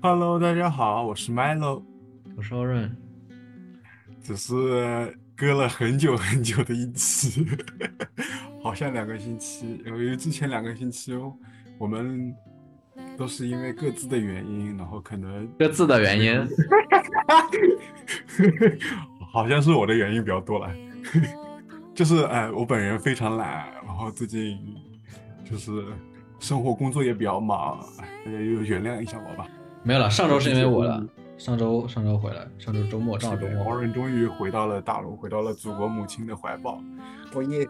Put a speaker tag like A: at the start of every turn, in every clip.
A: Hello，大家好，我是 Milo，
B: 我是 Oren，
A: 只是隔了很久很久的一期， 好像两个星期。由于之前两个星期哦我们都是因为各自的原因，然后可能
B: 各自的原因，
A: 好像是我的原因比较多了， 就是哎，我本人非常懒，然后最近就是生活工作也比较忙，哎大家就原谅一下我吧。
B: 没有了。上周是因为我了，上周上周回来，上周周末正好周末，
A: 黄人终于回到了大陆，回到了祖国母亲的怀抱。我耶！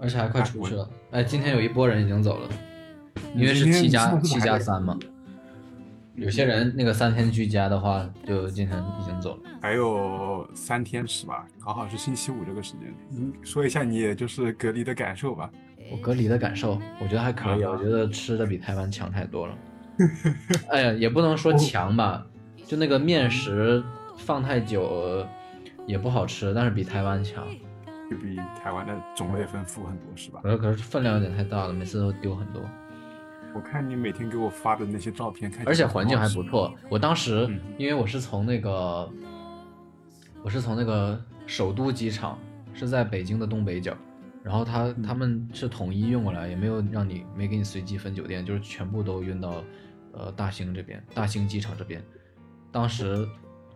B: 而且还快出去了。哎，今天有一波人已经走了，因为是七加
A: 你今
B: 七
A: 天
B: 加三嘛。有些人那个三天居家的话，就今天已经走了。
A: 还有三天是吧？刚好是星期五这个时间。
B: 嗯
A: 你说一下你也就是隔离的感受吧。
B: 我隔离的感受，我觉得还可以，
A: 啊
B: 我觉得吃的比台湾强太多了。 哎呀，也不能
A: 哦
B: 说强吧，就那个面食放太久也不好吃，但是比台湾强。
A: 就比台湾的种类丰富很多是吧？
B: 可是可是分量有点太大了，每次都丢很多，
A: 我看你每天给我发的那些照片，看起来
B: 而且环境还不
A: 很好
B: 错。我当时
A: 嗯
B: 因为我是从那个，我是从那个首都机场，是在北京的东北角，然后他
A: 嗯
B: 他们是统一运过来，也没有让你没给你随机分酒店，就是全部都运到呃大兴这边，大兴机场这边。当时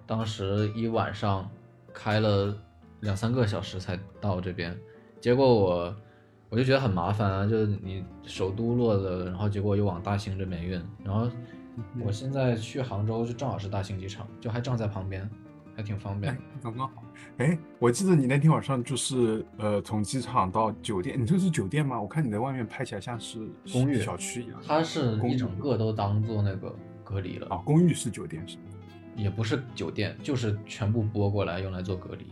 B: 当时一晚上开了两三个小时才到这边，结果我我就觉得很麻烦啊，就是你首都落的，然后结果又往大兴这边运，然后
A: 嗯
B: 我现在去杭州就正好是大兴机场，就还正在旁边，还挺方便
A: 哎
B: 的。，
A: 刚刚好。哎，我记得你那天晚上就是呃，从机场到酒店，你这是酒店吗？我看你在外面拍起来像是
B: 公寓
A: 小区一样。
B: 它是
A: 公
B: 一
A: 寓
B: 整个都当做那个隔离了，
A: 啊，公寓式酒店是吧？
B: 也不是酒店，就是全部拨过来用来做隔离。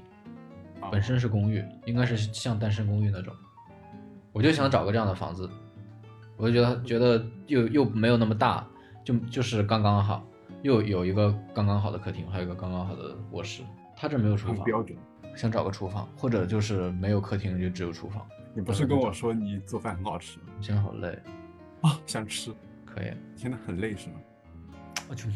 A: 啊
B: 本身是公寓，应该是像单身公寓那种。我就想找个这样的房子，我就觉得觉得又又没有那么大，就就是刚刚好，又有一个刚刚好的客厅，还有一个刚刚好的卧室。他这没有厨
A: 很
B: 房，
A: 标准。
B: 想找个厨房，或者就是没有客厅就只有厨房。
A: 你不是跟我说你做饭很好吃吗
B: 真好累，
A: 啊？想吃，
B: 可以，
A: 现在很累是吗？
B: 我哦就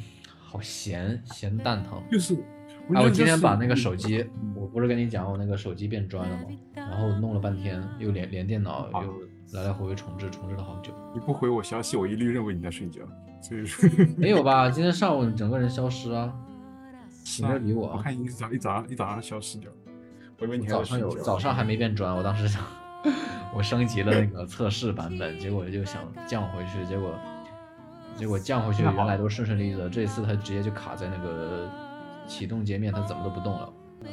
B: 好咸咸蛋疼。
A: 就是，
B: 啊，
A: 觉
B: 我
A: 得
B: 今
A: 就
B: 天
A: 是
B: 把那个手机
A: 嗯，
B: 我不是跟你讲我那个手机变砖了吗？然后弄了半天，又连连电脑
A: 啊
B: 又来来回回重置，重置了好久。
A: 你不回我消息，我一律认为你在睡觉。所以说，
B: 没有吧？今天上午你整个人消失啊！
A: 是
B: 没
A: 啊
B: 有理我啊
A: 我看你一早一早上一早上消失掉，我以为你还
B: 早
A: 在
B: 上
A: 睡觉嗯
B: 有早上还没变砖，我当时想 我升级了那个测试版本，结果就想降回去，结果结果降回去
A: 那好
B: 原来都顺顺利利的，这一次它直接就卡在那个启动界面，它怎么都不动了。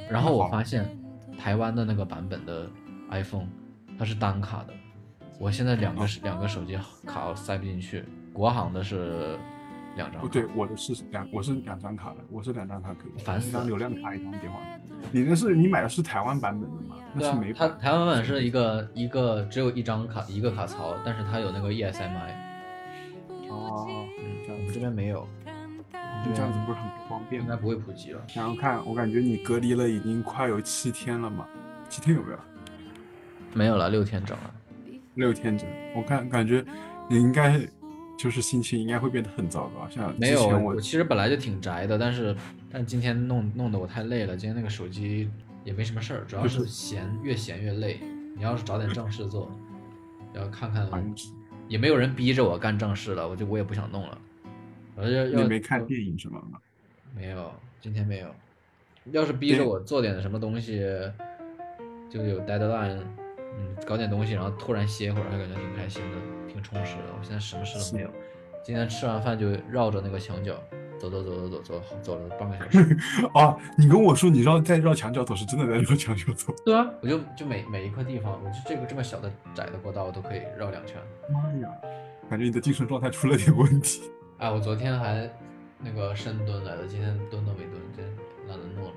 B: 然后我发现台湾的那个版本的 iPhone 它是单卡的，我现在两
A: 啊
B: 个两个手机卡我塞不进去，国行的是两张
A: 不
B: 卡，
A: 对，我的是两，我是两张卡的，我是两张卡可以，
B: 烦死了
A: 一张流量卡，一张电话。你那是你买的是台湾版本的吗？
B: 对
A: 那
B: 啊
A: 是美，
B: 它
A: 版。
B: 台湾版是一个一个只有一张卡一个卡槽，但是它有那个 E ESMI，
A: 哦，
B: 嗯，
A: 这样
B: 我们
A: 子
B: 这边没有，啊
A: 这样子不是很不方便
B: 应
A: 吗
B: 该？不会普及了。
A: 然后看，我感觉你隔离了已经快有七天了嘛？七天有没有？
B: 没有了，六天整了。
A: 六天整，我看感觉你应该就是心情应该会变得很糟糕，像
B: 没
A: 之
B: 有，
A: 前我
B: 我其实本来就挺宅的，但是但今天弄弄得我太累了，今天那个手机也没什么事儿，主要是闲，越闲越累。你要是找点正事做，要看看
A: 好，像是
B: 也没有人逼着我干正事了，我就我也不想弄了。我要
A: 你
B: 要
A: 没看电影什么吗？
B: 没有，今天没有。要是逼着我做点什么东西，就有 deadline，嗯，搞点东西，然后突然歇一会儿，还感觉挺开心的，挺充实的。我现在什么事都没有。今天吃完饭就绕着那个墙角走走走走走走，走了半个小时。
A: 哦，你跟我说你绕在绕墙角走，是真的在绕墙角走。
B: 对啊，我就就每每一块地方，我就这个这么小的窄的过道，我都可以绕两圈。
A: 妈呀，感觉你的精神状态出了点问题。
B: 哎，我昨天还那个深蹲来的，今天蹲都没蹲，真懒得弄了。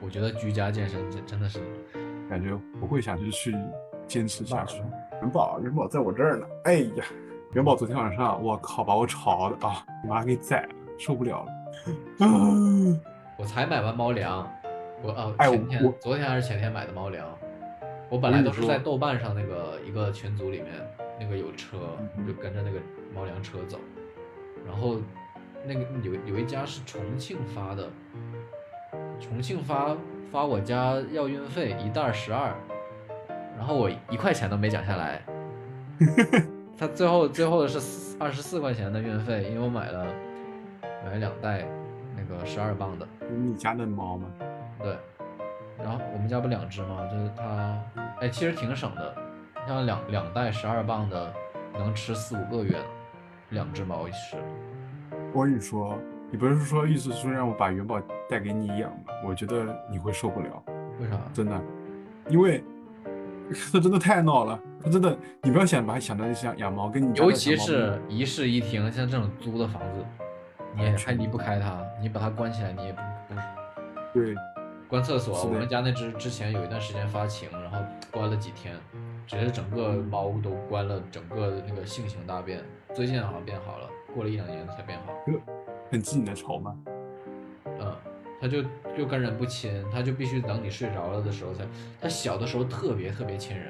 B: 我觉得居家健身真真的是
A: 感觉不会想继续坚持下去
B: 哪儿。
A: 元宝，元宝在我这儿呢。哎呀，元宝昨天晚上，我靠，把我吵的啊，妈给宰了，受不 了了。啊，
B: 我才买完猫粮，我哦，
A: 哎
B: 前天
A: 我
B: 昨天还是前天买的猫粮，我本来都
A: 我跟
B: 是
A: 你说
B: 在豆瓣上那个一个群组里面，那个有车
A: 嗯，哼
B: 就跟着那个猫粮车走，然后那个有有一家是重庆发的，重庆发发我家要运费一袋十二，然后我一块钱都没攒 下来，他最后最后是二十四块钱的运费，因为我买了买了两袋那个十二磅的，
A: 你家的猫吗？
B: 对，然后我们家不两只吗？就是它，哎，其实挺省的，你像两两袋十二磅的，能吃四五个月呢，两只猫一吃。
A: 我跟你说，你不是说意思说让我把元宝带给你养吗？我觉得你会受不了，
B: 为啥？
A: 真的，因为它真的太闹了，它真的，你不要想把它想成像养猫，跟你家的
B: 尤其
A: 小猫
B: 是一室一厅，像这种租的房子，你
A: 完
B: 还
A: 全
B: 离不开它，你把它关起来，你也不不
A: 对
B: 关厕所。
A: 是的
B: 我们家那只之前有一段时间发情，然后关了几天，只是整个猫都关了，整个那个性情大变。最近好像变好了，过了一两年才变好。
A: 很记你的仇嘛。
B: 嗯，它就就跟人不亲，它就必须等你睡着了的时候才。它小的时候特别特别亲人，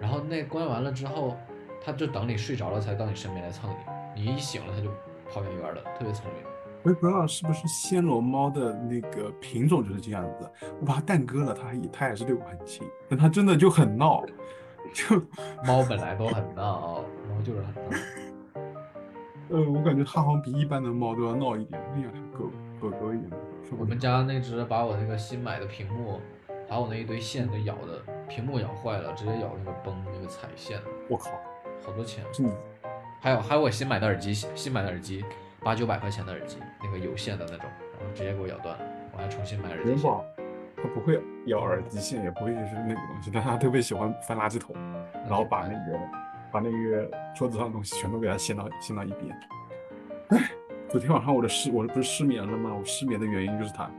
B: 然后那关完了之后，它就等你睡着了才到你身边来蹭你，你一醒了它就跑远远的，特别聪明。
A: 我也不知道是不是暹罗猫的那个品种就是这样子，我把它蛋割了，它也它也是对我很亲，但它真的就很闹， 就
B: 猫本来都很闹，猫就是很闹。
A: 呃，我感觉它好像比一般的猫都要闹一点，那样像狗狗狗一样，受不
B: 我
A: 了
B: 们家那只把我那个新买的屏幕，还有那一堆线都咬的，屏幕咬坏了，直接咬那个崩那个彩线，
A: 我靠，
B: 好多钱。啊
A: 是你
B: 还有还有我新买的耳机，新买的耳机八九百块钱的耳机，那个有线的那种，然后直接给我咬断了，我还重新买耳机
A: 元
B: 线。
A: 宝，它不会咬耳机线，也不会就是那个东西，但它特别喜欢翻垃圾桶，然后把那个把那个桌子上的东西全都给它掀到掀到一边。唉，昨天晚上我的失我不是失眠了吗？我失眠的原因就是它，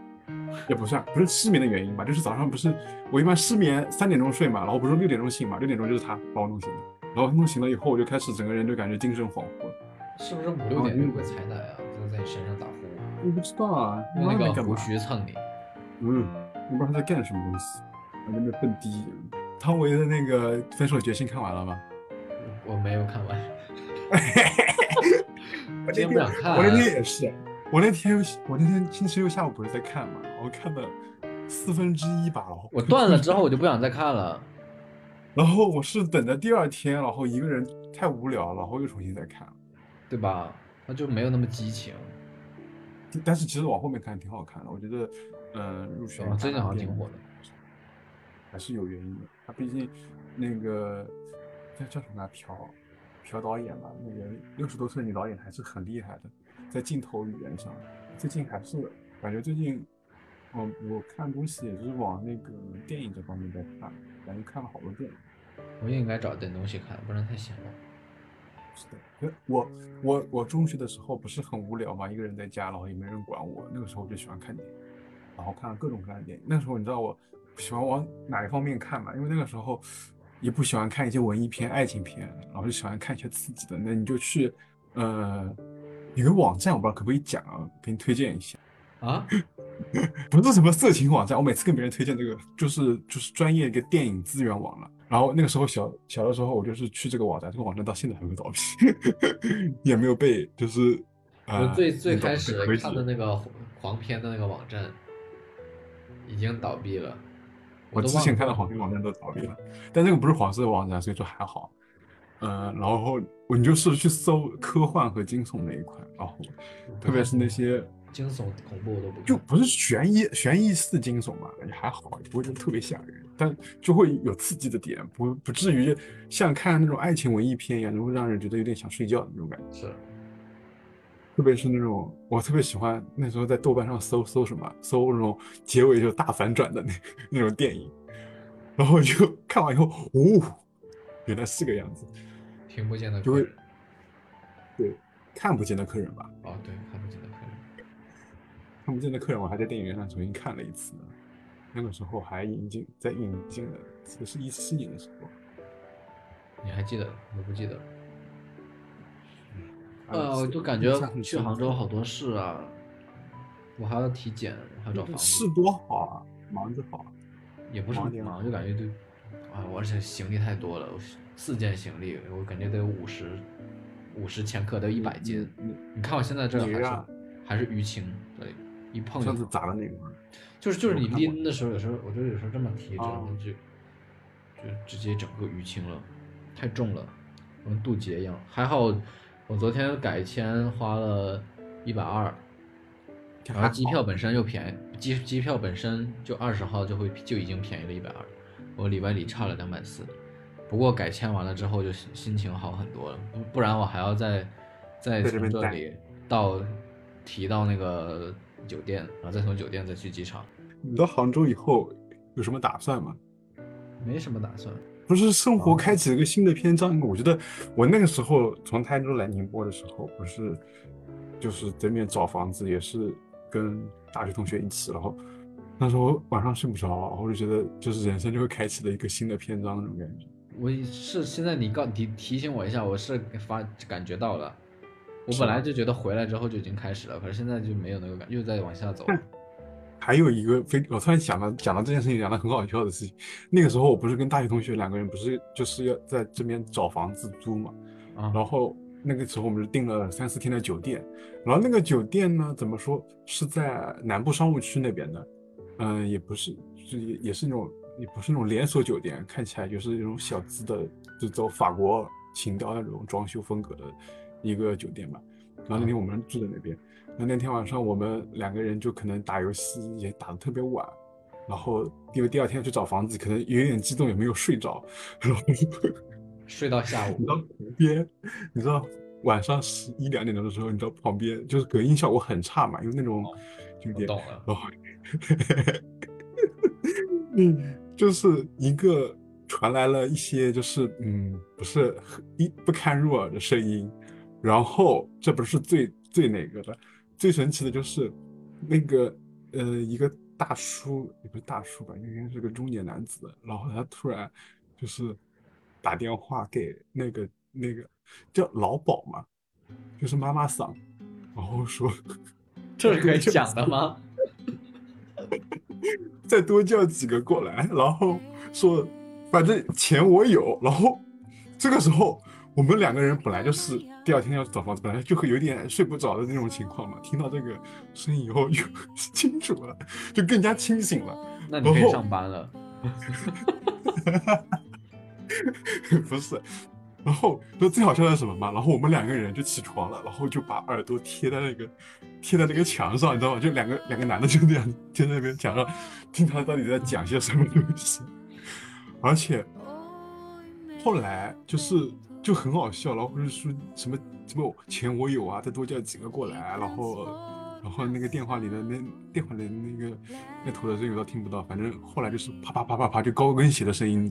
A: 也不算不是失眠的原因吧，就是早上不是我一般失眠三点钟睡嘛，然后不是六点钟醒嘛，六点钟就是它把我弄醒的，然后弄醒了以后我就开始整个人就感觉精神恍惚了，
B: 是不是五六点就会踩奶啊？就在你身上打呼，
A: 我不知道啊，
B: 用那
A: 妈在
B: 个
A: 干
B: 胡
A: 嘛？
B: 须蹭你。
A: 嗯，我不知道他在干什么东西，我在那蹦迪。汤唯的那个《分手决心》看完了吗？
B: 我没有看完， 我今天不想看、
A: 我那天也是，我那天我那天星期六下午不是在看嘛，我看了四分之一吧，然后
B: 我断了之后我就不想再看了。
A: 然后我是等着第二天，然后一个人太无聊了，然后又重新再看了。
B: 对吧？他就没有那么激情。
A: 但是其实往后面看挺好看的，我觉得，嗯、入选
B: 哦最近好像
A: 大
B: 挺火的，
A: 还是有原因的。他毕竟那个叫叫什么来朴朴导演嘛，那个六十多岁女导演还是很厉害的，在镜头语言上，最近还是感觉最近，嗯，我看东西也是往那个电影这方面在看，感觉看了好多电影。
B: 我也应该找点东西看，不然太闲了。
A: 是的，我我我中学的时候不是很无聊嘛，一个人在家，然后也没人管我。那个时候我就喜欢看电影，然后看了各种各样的电影。那时候你知道我喜欢往哪一方面看嘛？因为那个时候也不喜欢看一些文艺片、爱情片，然后就喜欢看一些刺激的。那你就去，呃，有个网站我不知道可不可以讲啊，给你推荐一下，
B: 啊？
A: 不是什么色情网站，我每次跟别人推荐这个，就是就是专业一个电影资源网了。然后那个时候小小的时候，我就是去这个网站，这个网站到现在还没有倒闭， 也没有被就是。呃
B: 我最最
A: 你懂
B: 开
A: 的
B: 始
A: 规矩
B: 看的那个黄黄片的那个网站已经倒闭了，
A: 我
B: 都
A: 之
B: 忘
A: 前
B: 了
A: 看的黄色网站都倒闭了，但那个不是黄色网站，所以说还好。嗯，然后我你就是去搜科幻和惊悚那一块，然后特别是那些
B: 惊悚恐怖我都不
A: 就
B: 看。
A: 不是悬疑悬疑似惊悚嘛，也还好，也不会觉得特别吓人，但就会有刺激的点，不不至于像看那种爱情文艺片一样，就会让人觉得有点想睡觉的那种感觉。
B: 是
A: 特别是那种我特别喜欢那时候在豆瓣上搜搜什么，搜那种结尾就大反转的那那种电影，然后就 看完以后，哦，原来是这个样子，
B: 听不见的
A: 就
B: 客
A: 会
B: 人。
A: 看不见的客人吧。
B: 哦，对，看不见的客人。
A: 看不见的客人，我还在电影院上重新看了一次呢。那个时候还引进在引进了，这是一七年的时候。
B: 你还记得？我不记得了。
A: 还有
B: 呃，我
A: 是
B: 就感
A: 印
B: 觉
A: 象很
B: 去
A: 深
B: 杭州
A: 刻
B: 好多事啊，我还要体检，还要找房
A: 是
B: 子，
A: 多好啊，忙着好啊。
B: 也不是
A: 忙点
B: 忙，就感觉对，啊，我而且行李太多了，我四件行李，我感觉得有五十五十千克到一百斤。嗯
A: 你
B: 你看我现在这
A: 嗯你
B: 还是
A: 呀
B: 还是淤青，对，一碰
A: 上
B: 就
A: 次砸的那个吗，
B: 就是就是你
A: 我看过
B: 拎的时候，有时候我就有时候这么提着，
A: 哦
B: 就就直接整个淤青了，太重了，跟渡劫一样。还好我昨天改签花了一百二，
A: 这
B: 然
A: 还好
B: 后机票本身又便宜，机机票本身就二十号就会就已经便宜了一百二，我里外里差了两百四。不过改签完了之后就心心情好很多了，不不然我还要再再
A: 在这
B: 从
A: 边
B: 这
A: 待
B: 里到提到那个酒店，然后再从酒店再去机场，
A: 你到杭州以后有什么打算吗？
B: 没什么打算。
A: 不是生活
B: 哦
A: 开启了一个新的篇章。我觉得我那个时候从台州来宁波的时候，不是就是在那边找房子，也是跟大学同学一起，然后那时候晚上睡不着，我就觉得就是人生就会开启了一个新的篇章那种感觉。
B: 我是现在你告提提醒我一下，我是发感觉到了，我
A: 是
B: 本来
A: 吗
B: 就觉得回来之后就已经开始了，可是现在就没有那个感，又在往下走。
A: 还有一个非，我突然想到讲到这件事情，讲到很好笑的事情。那个时候我不是跟大学同学两个人不是就是要在这边找房子租嘛，
B: 啊，
A: 然后那个时候我们就订了三四天的酒店，然后那个酒店呢，怎么说是在南部商务区那边的，嗯、也不是，就也也是那种也不是那种连锁酒店，看起来就是那种小资的，就走法国情调那种装修风格的一个酒店吧。然后那天我们住在那边，那那天晚上我们两个人就可能打游戏也打得特别晚。然后因为第二天要去找房子，可能有点激动，也没有睡着，然后
B: 睡到下
A: 你
B: 午
A: 知道旁边，你知道晚上十一两点钟的时候，你知道旁边就是隔音效果很差嘛，因为那种
B: 哦
A: 酒
B: 我
A: 店，
B: 懂了。
A: 然后，嗯， 就是一个传来了一些就是嗯不是很一不堪入耳的声音，然后这不是最最那个的，最神奇的就是那个呃一个大叔也不是大叔吧，应该是个中年男子，然后他突然就是打电话给那个那个叫老鸨嘛，就是妈妈桑，然后说
B: 这是可以讲的吗？
A: 再多叫几个过来，然后说反正钱我有，然后这个时候我们两个人本来就是第二天要找房子，本来就会有点睡不着的那种情况嘛，听到这个声音以后 就清楚了，就更加清醒了。
B: 那你可以上班了。
A: 不是。然后，就最好笑的是什么嘛？然后我们两个人就起床了，然后就把耳朵贴在那个贴在那个墙上，你知道吗？就两个两个男的就这样贴在那边墙上，听他到底在讲些什么东西。而且后来就是就很好笑，然后就是说什么什么钱我有啊，再多叫几个过来，啊然后然后那个电话里的那电话里的那个那头的声音我倒听不到，反正后来就是啪啪啪啪啪就高跟鞋的声音，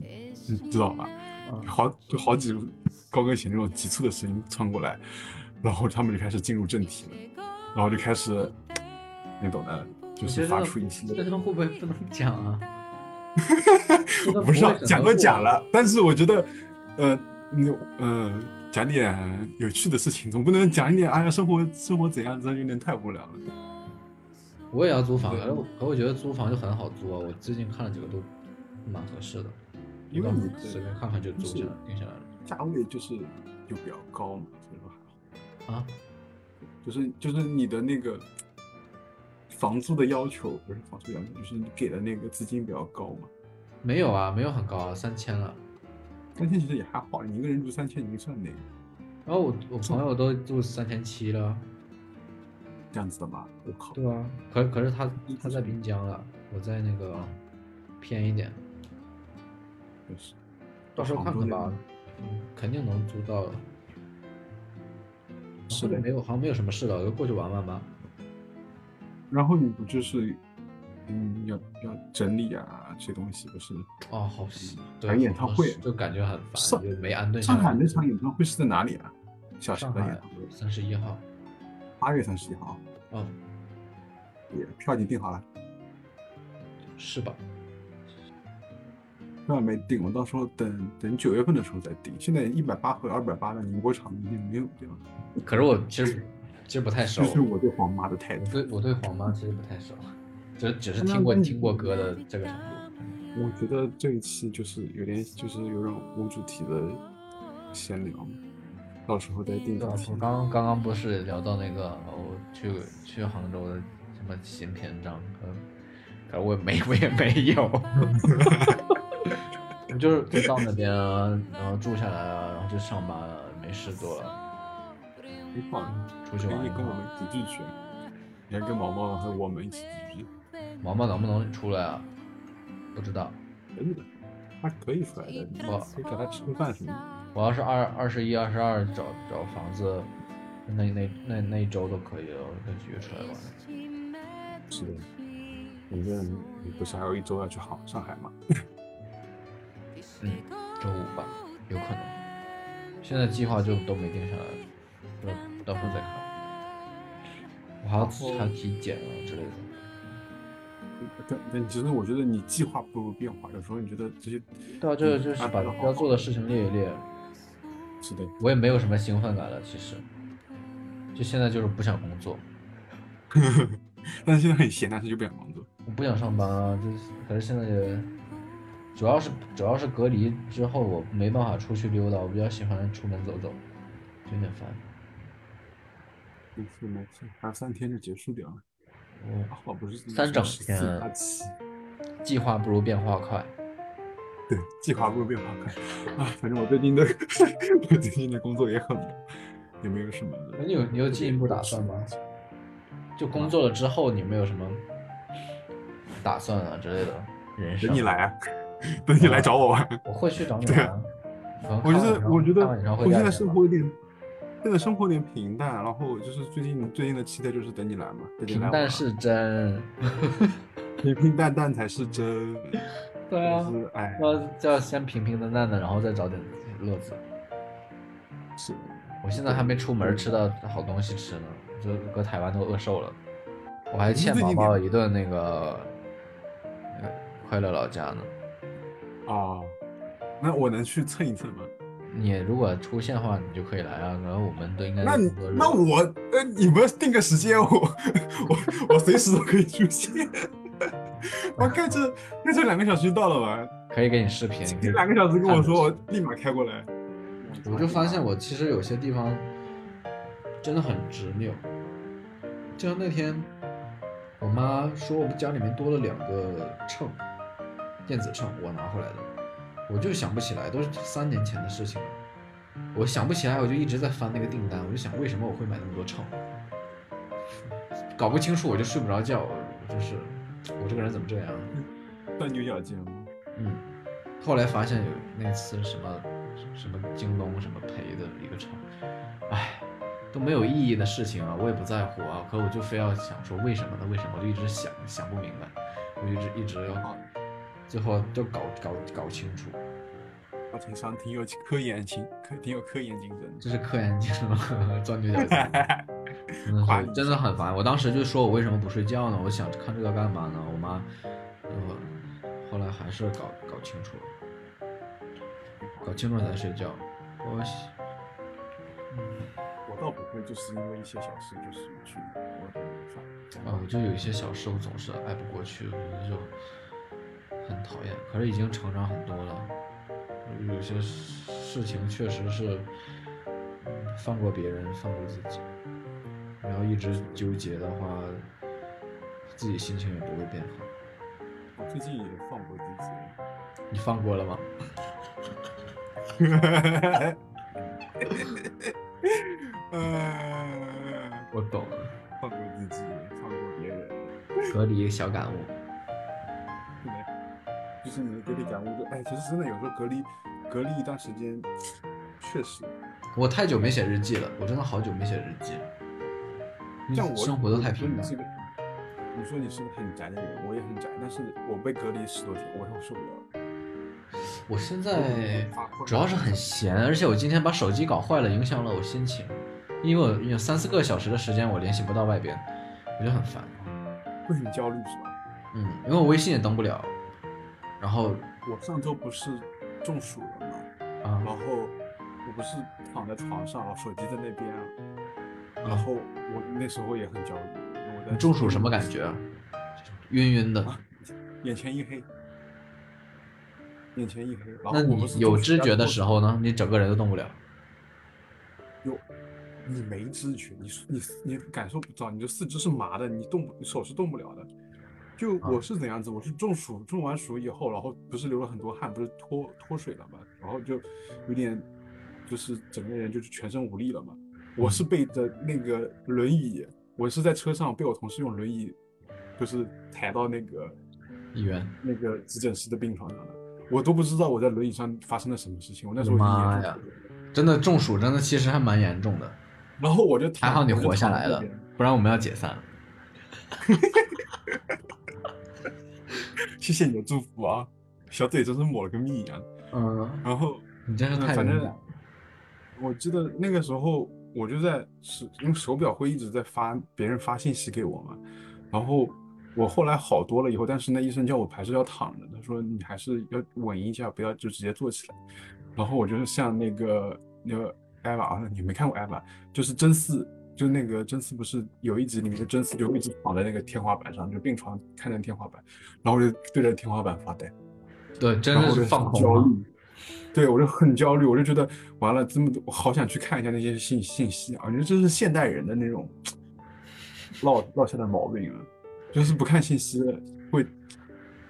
A: 你知道吧？
B: 嗯
A: 好就好几高跟鞋那种急促的声音穿过来，然后他们就开始进入正题了，
B: 嗯
A: 然后就开始，你懂的，就
B: 我
A: 是
B: 觉
A: 发
B: 得
A: 出一些，
B: 这个会不会不能讲啊？ 这个
A: 不是啊
B: 会很
A: 讲
B: 合
A: 都
B: 适
A: 讲了，但是我觉得，呃，你呃，讲点有趣的事情，总不能讲一点哎呀生活生活怎样，这有点太无聊了。
B: 我也要租房，
A: 对
B: 可是我可我觉得租房就很好租啊。我最近看了几个都蛮合适的，
A: 因为你
B: 一个随便看看就租下来定下来了
A: 价位就是就比较高嘛，所以说还好。
B: 啊。
A: 就是就是你的那个房租的要求不是房租要求，就是你给的那个资金比较高嘛。
B: 没有啊，没有很高啊，三千了。
A: 三千其实也还好，你一个人住三千已经算那个
B: 然后我我朋友都住三千七了，
A: 这样子的嘛。我靠，
B: 对啊，可可是他他在滨江了，我在那个偏一点，
A: 就是
B: 到时候看看吧
A: 杭州，
B: 嗯，肯定能租到的。
A: 是
B: 的，
A: 的
B: 没有，好像没有什么事了，我就过去玩玩吧。
A: 然后你不就是嗯要要整理啊这些东西不是？
B: 哦，好喜，对，
A: 还有演唱会
B: 就感觉很烦，
A: 上
B: 就没安顿下
A: 上
B: 来。
A: 海那场演唱会是在哪里啊？小
B: 上
A: 熊的
B: 海
A: 演唱会，
B: 三十一号，
A: 八月三十一号，
B: 哦，
A: 也票已经订好了，
B: 是吧？
A: 票还没订，我到时候等等九月份的时候再订。现在一百八和二百八的宁波场已经没有掉了，
B: 可是我其实其实不太熟
A: 这，是我对黄妈的态
B: 我
A: 度。
B: 对我对黄妈其实不太熟，只只是
A: 那
B: 听过
A: 那你
B: 听过歌的这个程度。
A: 我觉得这一期就是有点，就是有点无主题的闲聊嘛。到时候再定
B: 对
A: 下
B: 吧？
A: 去
B: 我。刚刚刚不是聊到那个我去去杭州的什么新篇章，可可我没我也没有， 我就是就到那边啊，然后住下来啊，然后就上班了，没事做了，
A: 没放，
B: 出去
A: 可
B: 玩
A: 以
B: 一
A: 跟我
B: 趟。啊
A: 们一起聚聚，你还跟毛毛和我们一起聚聚，
B: 毛毛能不能出来啊？不知道，
A: 真的，他可以出来的，你
B: 哇
A: 可以找他吃个饭什么的。
B: 我要是二二十一、二十二找找房子，那那那那一周都可以了，我就可以约出来玩。
A: 是的，反正你不是还有一周要去杭上海吗？
B: 嗯，周五吧，有可能。现在计划就都没定下来，到到时候再看。我还要
A: 然后
B: 还要体检啊之类的。
A: 但但其实我觉得你计划不如变化，有时候你觉得这些
B: 对啊，这就是把要做的事情列一列。
A: 是的，
B: 我也没有什么兴奋感了，其实，就现在就是不想工作，
A: 但是现在很闲，啊但是就不想工作。
B: 我不想上班啊。就是，可是现在也，主要是主要是隔离之后我没办法出去溜达，我比较喜欢出门走走，就有点烦。
A: 没事没事，还有三天就结束掉了。
B: 我
A: 还好不是
B: 三整天
A: 四八七，
B: 计划不如变化快。
A: 对，计划不如变化快。啊，反正我最近的 我最近的工作也很忙，也没有什么
B: 那哎你有你有进一步打算吗？就工作了之后，你们有什么打算啊之类的？人生？
A: 等你来，啊，等你来找我 玩。
B: 我会去找你
A: 对
B: 玩啊。
A: 我觉得，我觉得，我现在生
B: 活
A: 活有点，现在生活有点平淡。然后就是最近最近的期待就是等你来嘛，等你来
B: 平
A: 玩
B: 淡是真。
A: 平平淡淡才是真。
B: 对
A: 就
B: 啊，
A: 是哎，
B: 要要先平平淡淡的，然后再找点乐子。
A: 是
B: 我现在还没出门吃到好东西吃呢，就搁台湾都饿瘦了。我还欠毛毛一顿那个那个快乐老家呢。
A: 啊，那我能去蹭一蹭吗？
B: 你如果出现的话，你就可以来啊。然后我们都应该
A: 那
B: 在
A: 你
B: 工作日
A: 那我呃，你们定个时间，我我我随时都可以出现。我看这看这两个小时就到了吧？
B: 可以给你视频，你可
A: 你
B: 以
A: 两个小时跟我说，我
B: 看着
A: 立马开过来。
B: 吃嗯我就发现我其实有些地方真的很执拗。就像那天，我妈说我们家里面多了两个秤，电子秤，我拿回来的，我就想不起来，都是三年前的事情了。我想不起来，我就一直在翻那个订单，我就想为什么我会买那么多秤，搞不清楚我就睡不着觉，我就是我这个人怎么这样？啊
A: 钻牛角尖吗？
B: 嗯，后来发现有那次什么什么京东什么赔的一个厂，唉，都没有意义的事情啊，我也不在乎啊，可我就非要想说为什么呢？为什么？我就一直想想不明白，我就一直一直要，最后就搞搞搞清楚，
A: 我挺想挺有科研精，可挺有科研精神的。
B: 这是科研精 神钻牛 角尖。真的
A: 夸
B: 是
A: 你
B: 真的很烦。我当时就说我为什么不睡觉呢？我想看这个干嘛呢？我妈，呃，后来还是搞搞清楚了，搞清楚了才睡觉。我喜
A: 我倒不会，就是因为一些小事，就是去我的烦。
B: 啊，我就有一些小事我总是挨不过去，我觉得就很讨厌。可是已经成长很多了，有些事情确实是嗯放过别人，放过自己。然后一直纠结的话，自己心情也不会变好。
A: 我最近也放过自己了。
B: 你放过了吗？
A: 呃，
B: 我懂了，
A: 放过自己，放过别人，
B: 隔离小感悟。
A: 就是你的隔离感悟就，哎，其实真的有时候隔离，隔离一段时间，确实，
B: 我太久没写日记了，我真的好久没写日记了。因为
A: 像我
B: 嗯生活都太平
A: 你
B: 淡
A: 是。个，你说你是个很宅的人，我也很宅，但是我被隔离十多天，我又受不了。
B: 我现在
A: 发疯
B: 主要是很闲，而且我今天把手机搞坏了，影响了我心情，因为我有三四个小时的时间我联系不到外边，我就很烦。
A: 会很焦虑是吧？
B: 嗯，因为我微信也登不了，然后
A: 我上周不是中暑了吗？
B: 啊
A: 然，后我不是躺在床上，然后手机在那边啊，然后我那时候也很焦虑。我在
B: 嗯你中暑什么感觉啊？晕晕
A: 啊
B: 的。
A: 眼前一黑，眼前一黑。然后
B: 那
A: 我不
B: 你
A: 是
B: 有
A: 中暑
B: 知觉的时，候
A: 然后
B: 呢？你整个人都动不了。
A: 有你没知觉，你你你感受不到，你的四肢是麻的，你动不你手是动不了的。就
B: 啊
A: 我是怎样子，我是中暑，中完暑以后，然后不是流了很多汗，不是脱脱水了嘛，然后就有点就是整个人就是全身无力了嘛。我
B: 嗯
A: 是背着那个轮椅，我是在车上被我同事用轮椅就是抬到那个
B: 一元，
A: 那个急诊室的病床上的，我都不知道我在轮椅上发生了什么事情。我那时候已经
B: 妈
A: 严重中
B: 呀
A: 暑了
B: 真的中暑，真的其实还蛮严重的，
A: 然后我就
B: 还
A: 躺
B: 好你
A: 我就
B: 活下
A: 躺在
B: 来
A: 那
B: 了
A: 边，
B: 不然我们要解散了。
A: 谢谢你的祝福啊，小嘴真是抹了个蜜一样。
B: 嗯，
A: 然后
B: 你真是
A: 嗯
B: 太
A: 反
B: 勇
A: 正
B: 敢了。
A: 我记得那个时候我就在是因为手表会一直在发别人发信息给我嘛，然后我后来好多了以后，但是那医生叫我还是要躺着，他说你还是要稳一下，不要就直接坐起来。然后我就是像那个那个艾玛啊，你没看过艾玛，就是真嗣，就那个真嗣不是有一集里面的真嗣就一直躺在那个天花板上，就病床看着天花板，然后我就对着天花板发呆。
B: 对，真
A: 然
B: 的
A: 后
B: 是
A: 我就
B: 放
A: 很
B: 空
A: 焦
B: 了。
A: 虑，对我就很焦虑，我就觉得完了，这么多，我好想去看一下那些信信息啊！我觉得这是现代人的那种落落下的毛病啊，就是不看信息了会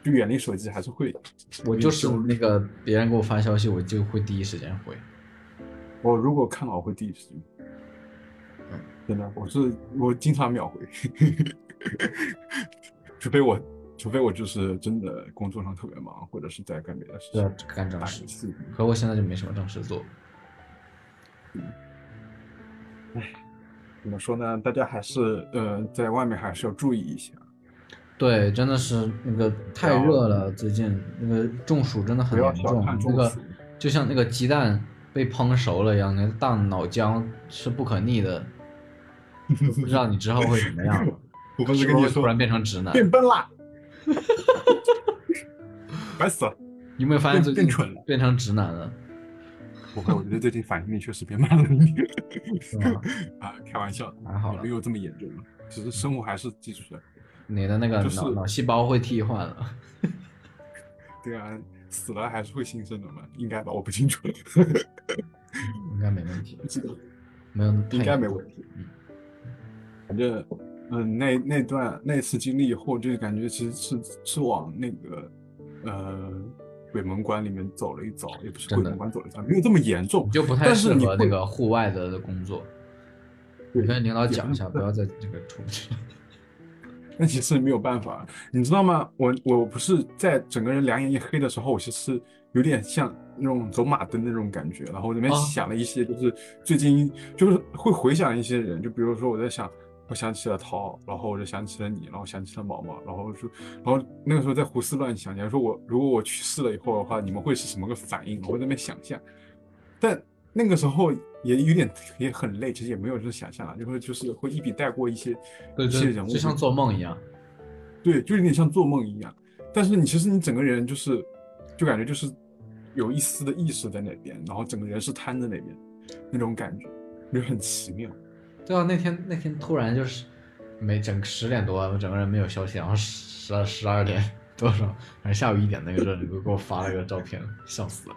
A: 就远离手机，还是会
B: 我
A: 有一
B: 就是
A: 种
B: 那个别人给我发消息，我就会第一时间回。
A: 我如果看到我会第一时间
B: 嗯，
A: 真的，我是我经常秒回， 除非我除非我就是真的工作上特别忙，或者是在干别的事
B: 对
A: 情，，
B: 干正
A: 打
B: 事
A: 游。戏。
B: 可我现在就没什么正事做。
A: 怎么说呢？大家还是呃，在外面还是要注意一下，
B: 对，真的是那个太热了，最近那个中暑真的很
A: 不要
B: 严
A: 小
B: 重
A: 看，
B: 那
A: 中
B: 个
A: 暑
B: 就像那个鸡蛋被烹熟了一样，那个大脑浆是不可逆的， 不知道你之后会怎么样，
A: 我不
B: 是
A: 是跟
B: 不
A: 你
B: 是会
A: 说
B: 突然变成直男？
A: 变笨 啦，烦死了！
B: 你有没有发现最
A: 变
B: 近
A: 变蠢了
B: 变成直 男了？
A: 不会，我觉得最近反应力确实变慢了一点
B: 是吗？
A: 啊，开玩笑，
B: 还好了
A: 没，有这么严重，只是生活还是继续的。
B: 你的那个
A: 就是
B: 脑脑细胞会替换了。
A: 对啊，死了还是会新生的嘛，应该吧？我不清楚，
B: 应该没问题，
A: 不知道，
B: 没有，
A: 应该没
B: 题。
A: 问题。嗯反正，嗯，那那段那次经历以后，就感觉其实是是往那个，呃，鬼门关里面走了一遭，也不是
B: 真
A: 鬼
B: 的
A: 门关走了一遭，没有这么严重
B: 你。就不太
A: 但是
B: 适
A: 你
B: 合
A: 会
B: 那个户外的工作。
A: 对
B: 你跟领导
A: 也
B: 讲
A: 不
B: 一
A: 是
B: 下，
A: 不
B: 不要再这个出去。
A: 那其实没有办法，你知道吗？我我不是在整个人两眼一黑的时候，我其实有点像那种走马灯那种感觉，然后我那边
B: 啊
A: 想了一些，就是最近就是会回想一些人，就比如说我在想，我想起了涛，然后我就想起了你，然后想起了毛毛，然后就然后那个时候在胡思乱想，假如说我如果我去世了以后的话，你们会是什么个反应？我会在那边想象，但那个时候也有点也很累，其实也没有这想象啊，就会就是会一笔带过一些
B: 对
A: 一些
B: 对，
A: 人物，
B: 就像做梦一样。
A: 对，就有点像做梦一样。但是你其实你整个人就是，就感觉就是有一丝的意识在那边，然后整个人是瘫在那边，那种感觉，就很奇妙。
B: 对啊，那天那天突然就是没整十点多，我整个人没有消息，然后十二十二点多少，反正下午一点那个时候，你给我发了个照片，笑死了。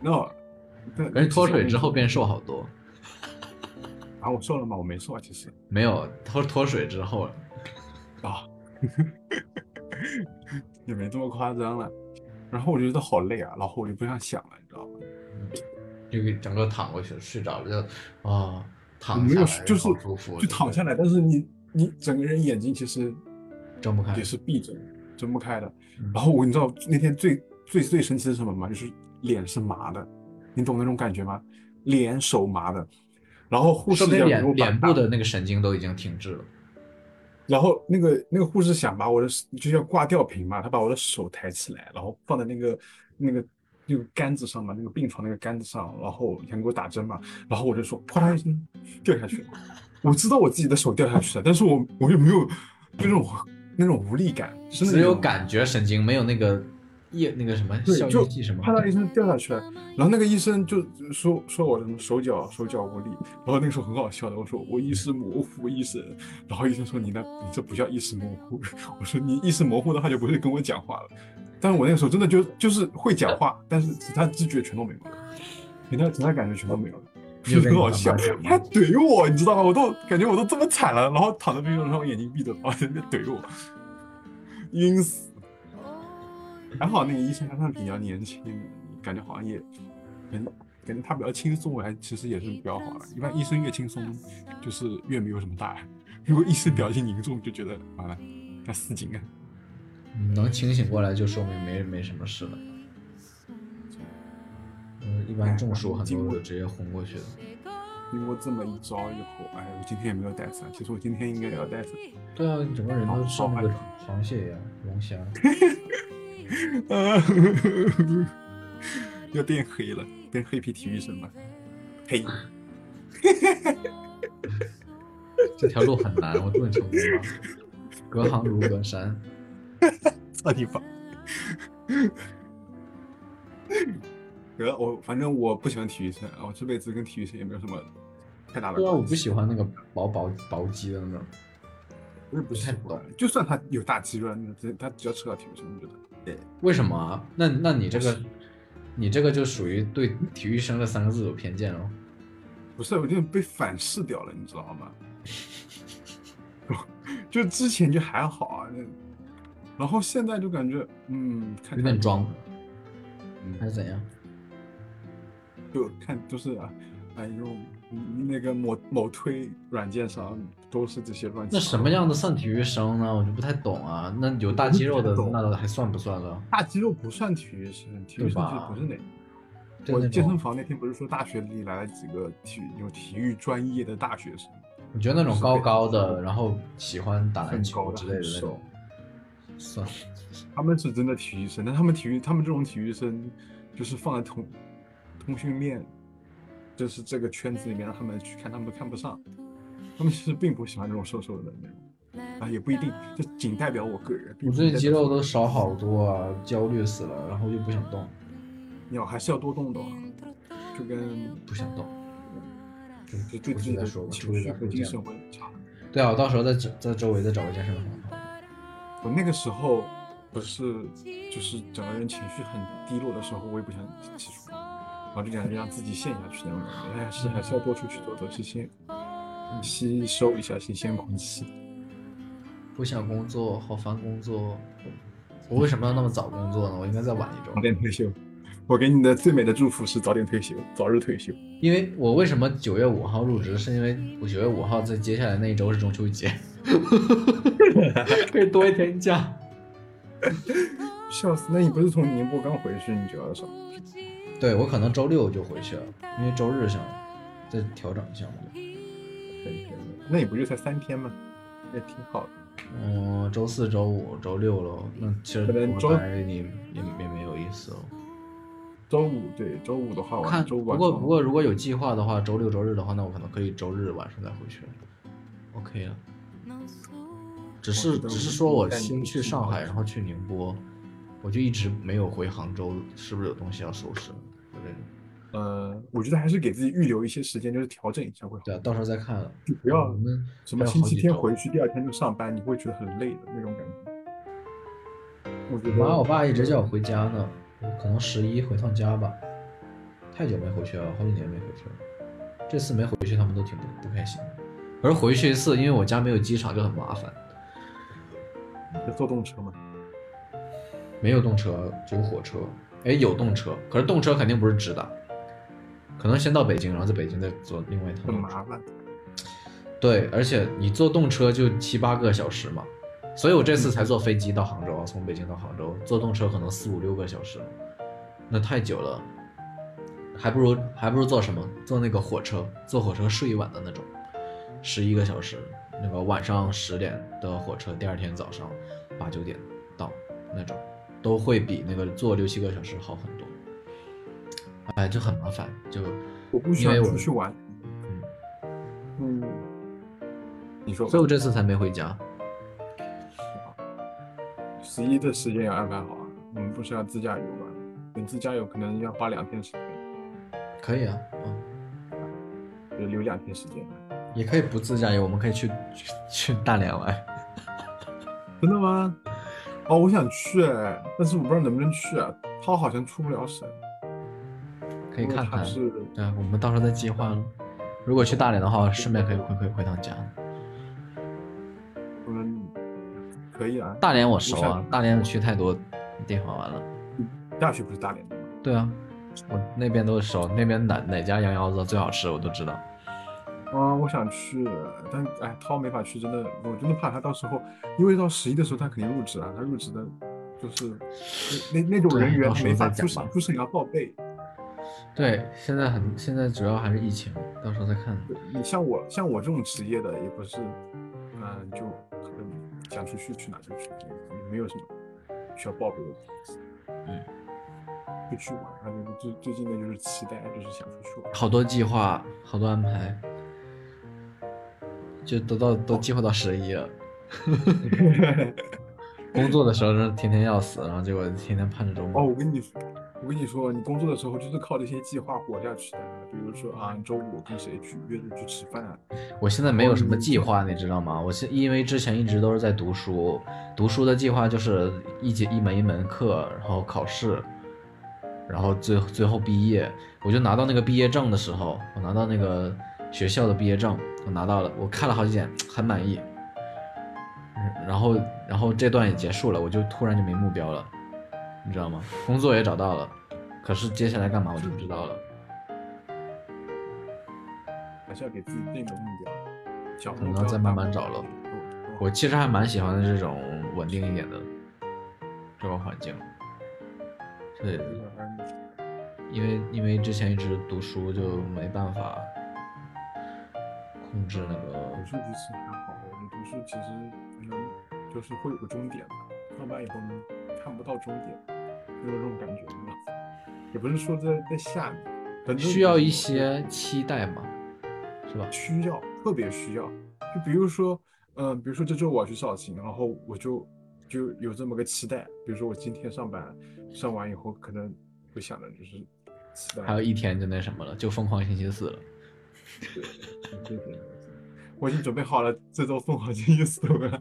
A: 那我，但
B: 而且脱
A: 其实
B: 水之
A: 我
B: 后变瘦好多，
A: 啊，我瘦了吗？我没瘦啊，其实
B: 没有脱脱水之后，
A: 啊， 也没这么夸张了。然后我就觉得好累啊，然后我就不想想了，你知道吗？
B: 就给整个躺过去了，睡着了就啊躺
A: 没
B: 下
A: 有
B: 来，
A: 就是
B: 好舒服，
A: 就躺下
B: 来
A: 来，但是你你整个人眼睛其实
B: 睁不开
A: 也。是闭着的，睁不开的。
B: 嗯
A: 然后我你知道那天最最最神奇的是什么吗？就是脸是麻的，你懂那种感觉吗？脸手麻的，然后护士
B: 说明
A: 也没有
B: 脸脸部
A: 把，
B: 的那个神经都已经停滞了。
A: 然后那个那个护士想把我的就要挂吊瓶嘛，他把我的手抬起来，然后放在那个那个那个杆子上嘛，那个病床那个杆子上，然后想给我打针嘛，然后我就说啪嗒一声掉下去了，我知道我自己的手掉下去了，但是我我又没有就那种那种无力感，真的
B: 只有
A: 种
B: 感觉神经，没有那个液那个什么
A: 对
B: 效
A: 就
B: 应剂什么
A: 啪。嗒一声掉下去了，然后那个医生就说说我什么手脚手脚无力，然后那个时候很好笑的，我说我意识模糊医生，然后医生说你那你这不叫意识模糊， 我说你意识模糊的话就不会跟我讲话了，但是我那个时候真的就就是会讲话，但是其他知觉全都没有了，其他其他感觉全都没有了，
B: 你有跟
A: 很
B: 你
A: 好
B: 爸妈
A: 笑
B: 讲，吗
A: 他怼我，你知道吗？我都感觉我都这么惨了，然后躺在病床上，我眼睛闭着，然后在那边怼我， 晕死。
B: 嗯
A: 还好那个医生他比较年轻，感觉好像也，感觉感觉他比较轻松，还其实也是比较好的。啊一般医生越轻松，就是越没有什么大碍。 如果医生表情凝重，就觉得完了，要死紧啊。
B: 嗯能清醒过来就说明没没什么事了。嗯，一般中暑很多都是直接昏过去的。
A: 经过这么一招以后，哎，我今天也没有带伞，其实我今天应该也要 带伞。
B: 对啊，你整个人都像那个螃蟹一样，龙虾。
A: 啊，要变黑了，变黑皮体育生了。嘿，
B: 这条路很难，我终于成功了。隔行如隔山，
A: 操你 妈！呃，我反正我不喜欢体育生，我这辈子跟体育生也没有什么太大的
B: 对啊，我
A: 关
B: 不
A: 系。
B: 喜欢那个薄薄薄肌的那种。
A: 我也不喜
B: 不太懂
A: 欢，就算他有大肌肉，那他只要吃到体育生，我觉得
B: 为什么啊？那那你这个，你这个就属于对体育生这三个字有偏见了。
A: 不是，我就被反噬掉了，你知道吗？ 就之前就还好啊，那然后现在就感觉，嗯，看
B: 有点装，
A: 嗯，
B: 还是怎样？
A: 就看就是啊，哎呦，嗯那个某某推软件上都是这些乱七八糟。
B: 那什么样的算体育生呢？我就不太懂啊。那有大肌肉的
A: 我不太懂
B: 那还算不算了？
A: 大肌肉不算体育生，体育生
B: 对
A: 其实
B: 吧
A: 不是那个。
B: 就
A: 我
B: 那
A: 健身
B: 种，
A: 房那天不是说大学里来了几个体育有体育专业的大学生，
B: 我觉得那种高高的，然后喜欢打篮
A: 很
B: 球
A: 高的
B: 之类嗯的那种
A: 很，
B: 算
A: 他们是真的体育生，但他们体育，他们这种体育生，就是放在通通讯链，就是这个圈子里面，让他们去看，他们都看不上。他们其实并不喜欢这种瘦瘦的那种，啊，也不一定，这仅代表我个人。并
B: 我
A: 不
B: 最
A: 代表
B: 近肌肉
A: 什么
B: 都少好多啊，焦虑死了，然后又不想动，
A: 你要还是要多动动啊，
B: 嗯
A: 就跟
B: 不想动。
A: 就对自
B: 我就
A: 己
B: 在
A: 的
B: 说吧，
A: 情
B: 出去
A: 绪
B: 再
A: 和
B: 会这
A: 精
B: 样
A: 神。会差。
B: 对啊，我到时候在这在周围再找个健身房。
A: 我那个时候不是就是整个人情绪很低落的时候，我也不想起床，然后就感觉让自己陷下去那种感觉，哎，是还是要多出去走走，吸吸吸收一下新鲜空气。
B: 不想工作，好烦工作。我为什么要那么早工作呢？我应该再晚一周
A: 早。点退休，我给你的最美的祝福是早点退休，早日退休。
B: 因为我为什么九月五号入职，是因为我九月五号在接下来那一周是中秋节，可以多一天假。
A: 笑死，那你不是从宁波刚回去，你就要上？
B: 对我可能周六就回去了，因为周日想再调整一下嘛。
A: 那你不就才三天吗？也挺好的。
B: 嗯，周四周五周六喽，那其实
A: 可能
B: 我
A: 周
B: 本来也也也没有意思哦。
A: 周五对，周五的话晚，
B: 看，
A: 周
B: 不
A: 五晚
B: 过
A: 上
B: 不过如果有计划的话，周六周日的话，那我可能可以周日晚上再回去，OK 啊了。只
A: 我
B: 是
A: 觉得
B: 只
A: 我
B: 是
A: 们
B: 说我
A: 在宁
B: 先
A: 波
B: 去
A: 挺
B: 上
A: 好
B: 海，
A: 的
B: 然后去宁波，我就一直没有回杭州，是不是有东西要收拾？对
A: 呃，我觉得还是给自己预留一些时间，就是调整一下会好。
B: 对啊，到时候再看了。
A: 就不要
B: 我们
A: 什么
B: 还有
A: 星
B: 好
A: 期
B: 几
A: 天
B: 周
A: 回去，第二天就上班，你会觉得很累的那种感觉。我觉得，
B: 我妈我爸一直叫我回家呢，我可能十一回趟家吧。太久没回去了，好几年没回去了。这次没回去，他们都挺不不开心的。而回去一次，因为我家没有机场，就很麻烦。
A: 要坐动车嘛，
B: 没有动车，只有火车。哎，有动车，可是动车肯定不是直达，可能先到北京，然后在北京再坐另外一趟
A: 很
B: 动车。
A: 麻烦。
B: 对，而且你坐动车就七八个小时嘛，所以我这次才坐飞机到杭州啊，从北京到杭州，坐动车可能四五六个小时了，那太久了，还不如还不如坐什么？坐那个火车，坐火车睡一晚的那种，十一个小时，那个晚上十点的火车，第二天早上八九点到那种，都会比那个坐六七个小时好很多。哎，就很麻烦，就
A: 我不喜
B: 因为
A: 欢
B: 我
A: 出去玩。
B: 嗯，
A: 嗯，你说吧
B: 所以我这次才没回家。
A: 十一的时间要安排好啊。我们不是要自驾游吗？等自驾游可能要花两天时间，
B: 可以啊，嗯。
A: 就留两天时间。
B: 也可以不自驾游，我们可以去去去大连玩。
A: 真的吗？哦，我想去哎，但是我不知道能不能去啊。他好像出不了省，
B: 可以看
A: 它
B: 看。
A: 是
B: 对啊，我们到时候再计划。如果去大连的话，顺便可以回回回趟家。
A: 嗯，可以啊。
B: 大连我熟啊，大连我去太多地方玩了。
A: 大学不是大连的吗？
B: 对啊，我那边都熟，那边哪哪家羊腰子最好吃我都知道。
A: 嗯，我想去，但哎，涛没法去，真的，我真的怕他到时候，因为到十一的时候他肯定入职了，他入职的，就是那那那种人
B: 对
A: 员
B: 到
A: 他
B: 时候
A: 没法
B: 再
A: 出
B: 讲
A: 省
B: 吧
A: 出省要报备。
B: 对，现在很现在主要还是疫情，到时候再看。
A: 你像我像我这种职业的，也不是，嗯、就很想出去去哪就去，没有什么需要报备的。
B: 嗯，
A: 就去玩，然后就是最最近的就是期待，就是想出去玩。
B: 好多计划，好多安排，就都到都计划到十一了。 工作的时候真是天天要死，然后结果天天盼着周
A: 哦，
B: 末。
A: 我跟你说，我跟你说，你工作的时候就是靠这些计划活下去的。比如说啊，周五我跟谁去约着去吃饭啊，
B: 我现在没有什么计划，你知道吗？我现因为之前一直都是在读书，读书的计划就是一节一门一门课，然后考试，然后最最后毕业。我就拿到那个毕业证的时候，我拿到那个学校的毕业证，我拿到了，我看了好几眼，很满意。嗯然后然后这段也结束了，我就突然就没目标了，你知道吗？工作也找到了，可是接下来干嘛我就不知道了。
A: 还是要给自己定个目标，小
B: 可
A: 目
B: 能
A: 标
B: 再
A: 大
B: 慢
A: 目
B: 慢
A: 标
B: 找咯
A: 我
B: 我其实还蛮喜欢的这种稳定一点的这个环境，对，因为因为之前一直读书就没办法控制那个
A: 读，书其实还好，我们读书其实嗯，就是会有个终点嘛，上班以后呢看不到终点，就有这种感觉你知道吗也不是说在在下面，很多
B: 需要
A: 人
B: 一些期待嘛，是吧？
A: 需要，特别需要。就比如说，嗯、比如说这周我要去绍兴，然后我就就有这么个期待。比如说我今天上班，上完以后可能会想的就是期待。
B: 还有一天就那什么了，就疯狂星期四了。
A: 对对对我已经准备好了这周凤凰星期四了，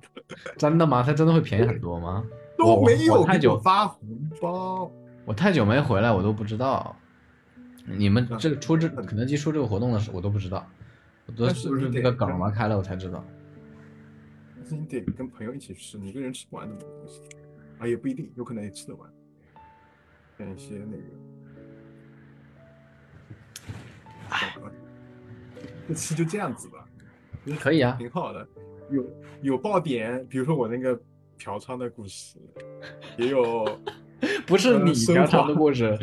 B: 真的吗？它真的会便宜很多吗？
A: 都没有
B: 我太
A: 给
B: 久
A: 我发红包。
B: 我太久没回来，我都不知道。你们这个出这
A: 嗯
B: 肯德基出这个活动的时候，我都不知道，我都
A: 但是
B: 是
A: 你
B: 这
A: 得
B: 个梗玩开了我才知道。
A: 但是你得跟朋友一起吃，你一个人吃不完那么多东西，啊也不一定，有可能也吃得完。像一些那个，这期就这样子吧，
B: 可以啊，
A: 挺好的，有有爆点，比如说我那个嫖娼的故事，也有哦
B: 不是
A: 呃
B: 你
A: 升
B: 嫖
A: 华
B: 娼的故事，
A: 啊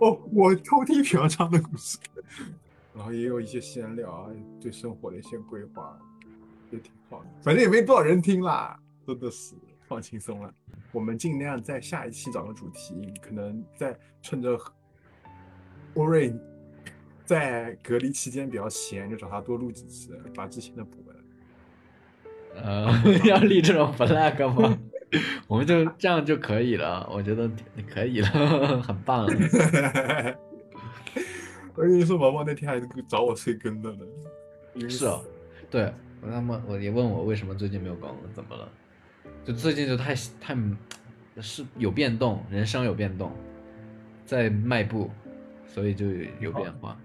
A: 哦，我偷听嫖娼的故事， 然后也有一些闲聊啊，对生活的一些规划，也挺好的。反正也没多少人听啦，真的是放轻松了。我们尽量在下一期找个主题，可能在趁着欧瑞在隔离期间比较闲，就找他多录几期，把之前的补完。
B: 呃， 要立这种 flag 吗？我们就这样就可以了，我觉得挺可以了， 很棒了。
A: 我跟你说，毛毛那天还找我催更的呢，因为
B: 是啊对，我他妈我也问我为什么最近没有更，怎么了？就最近就太太是有变动，人生有变动，在迈步，所以就有变化。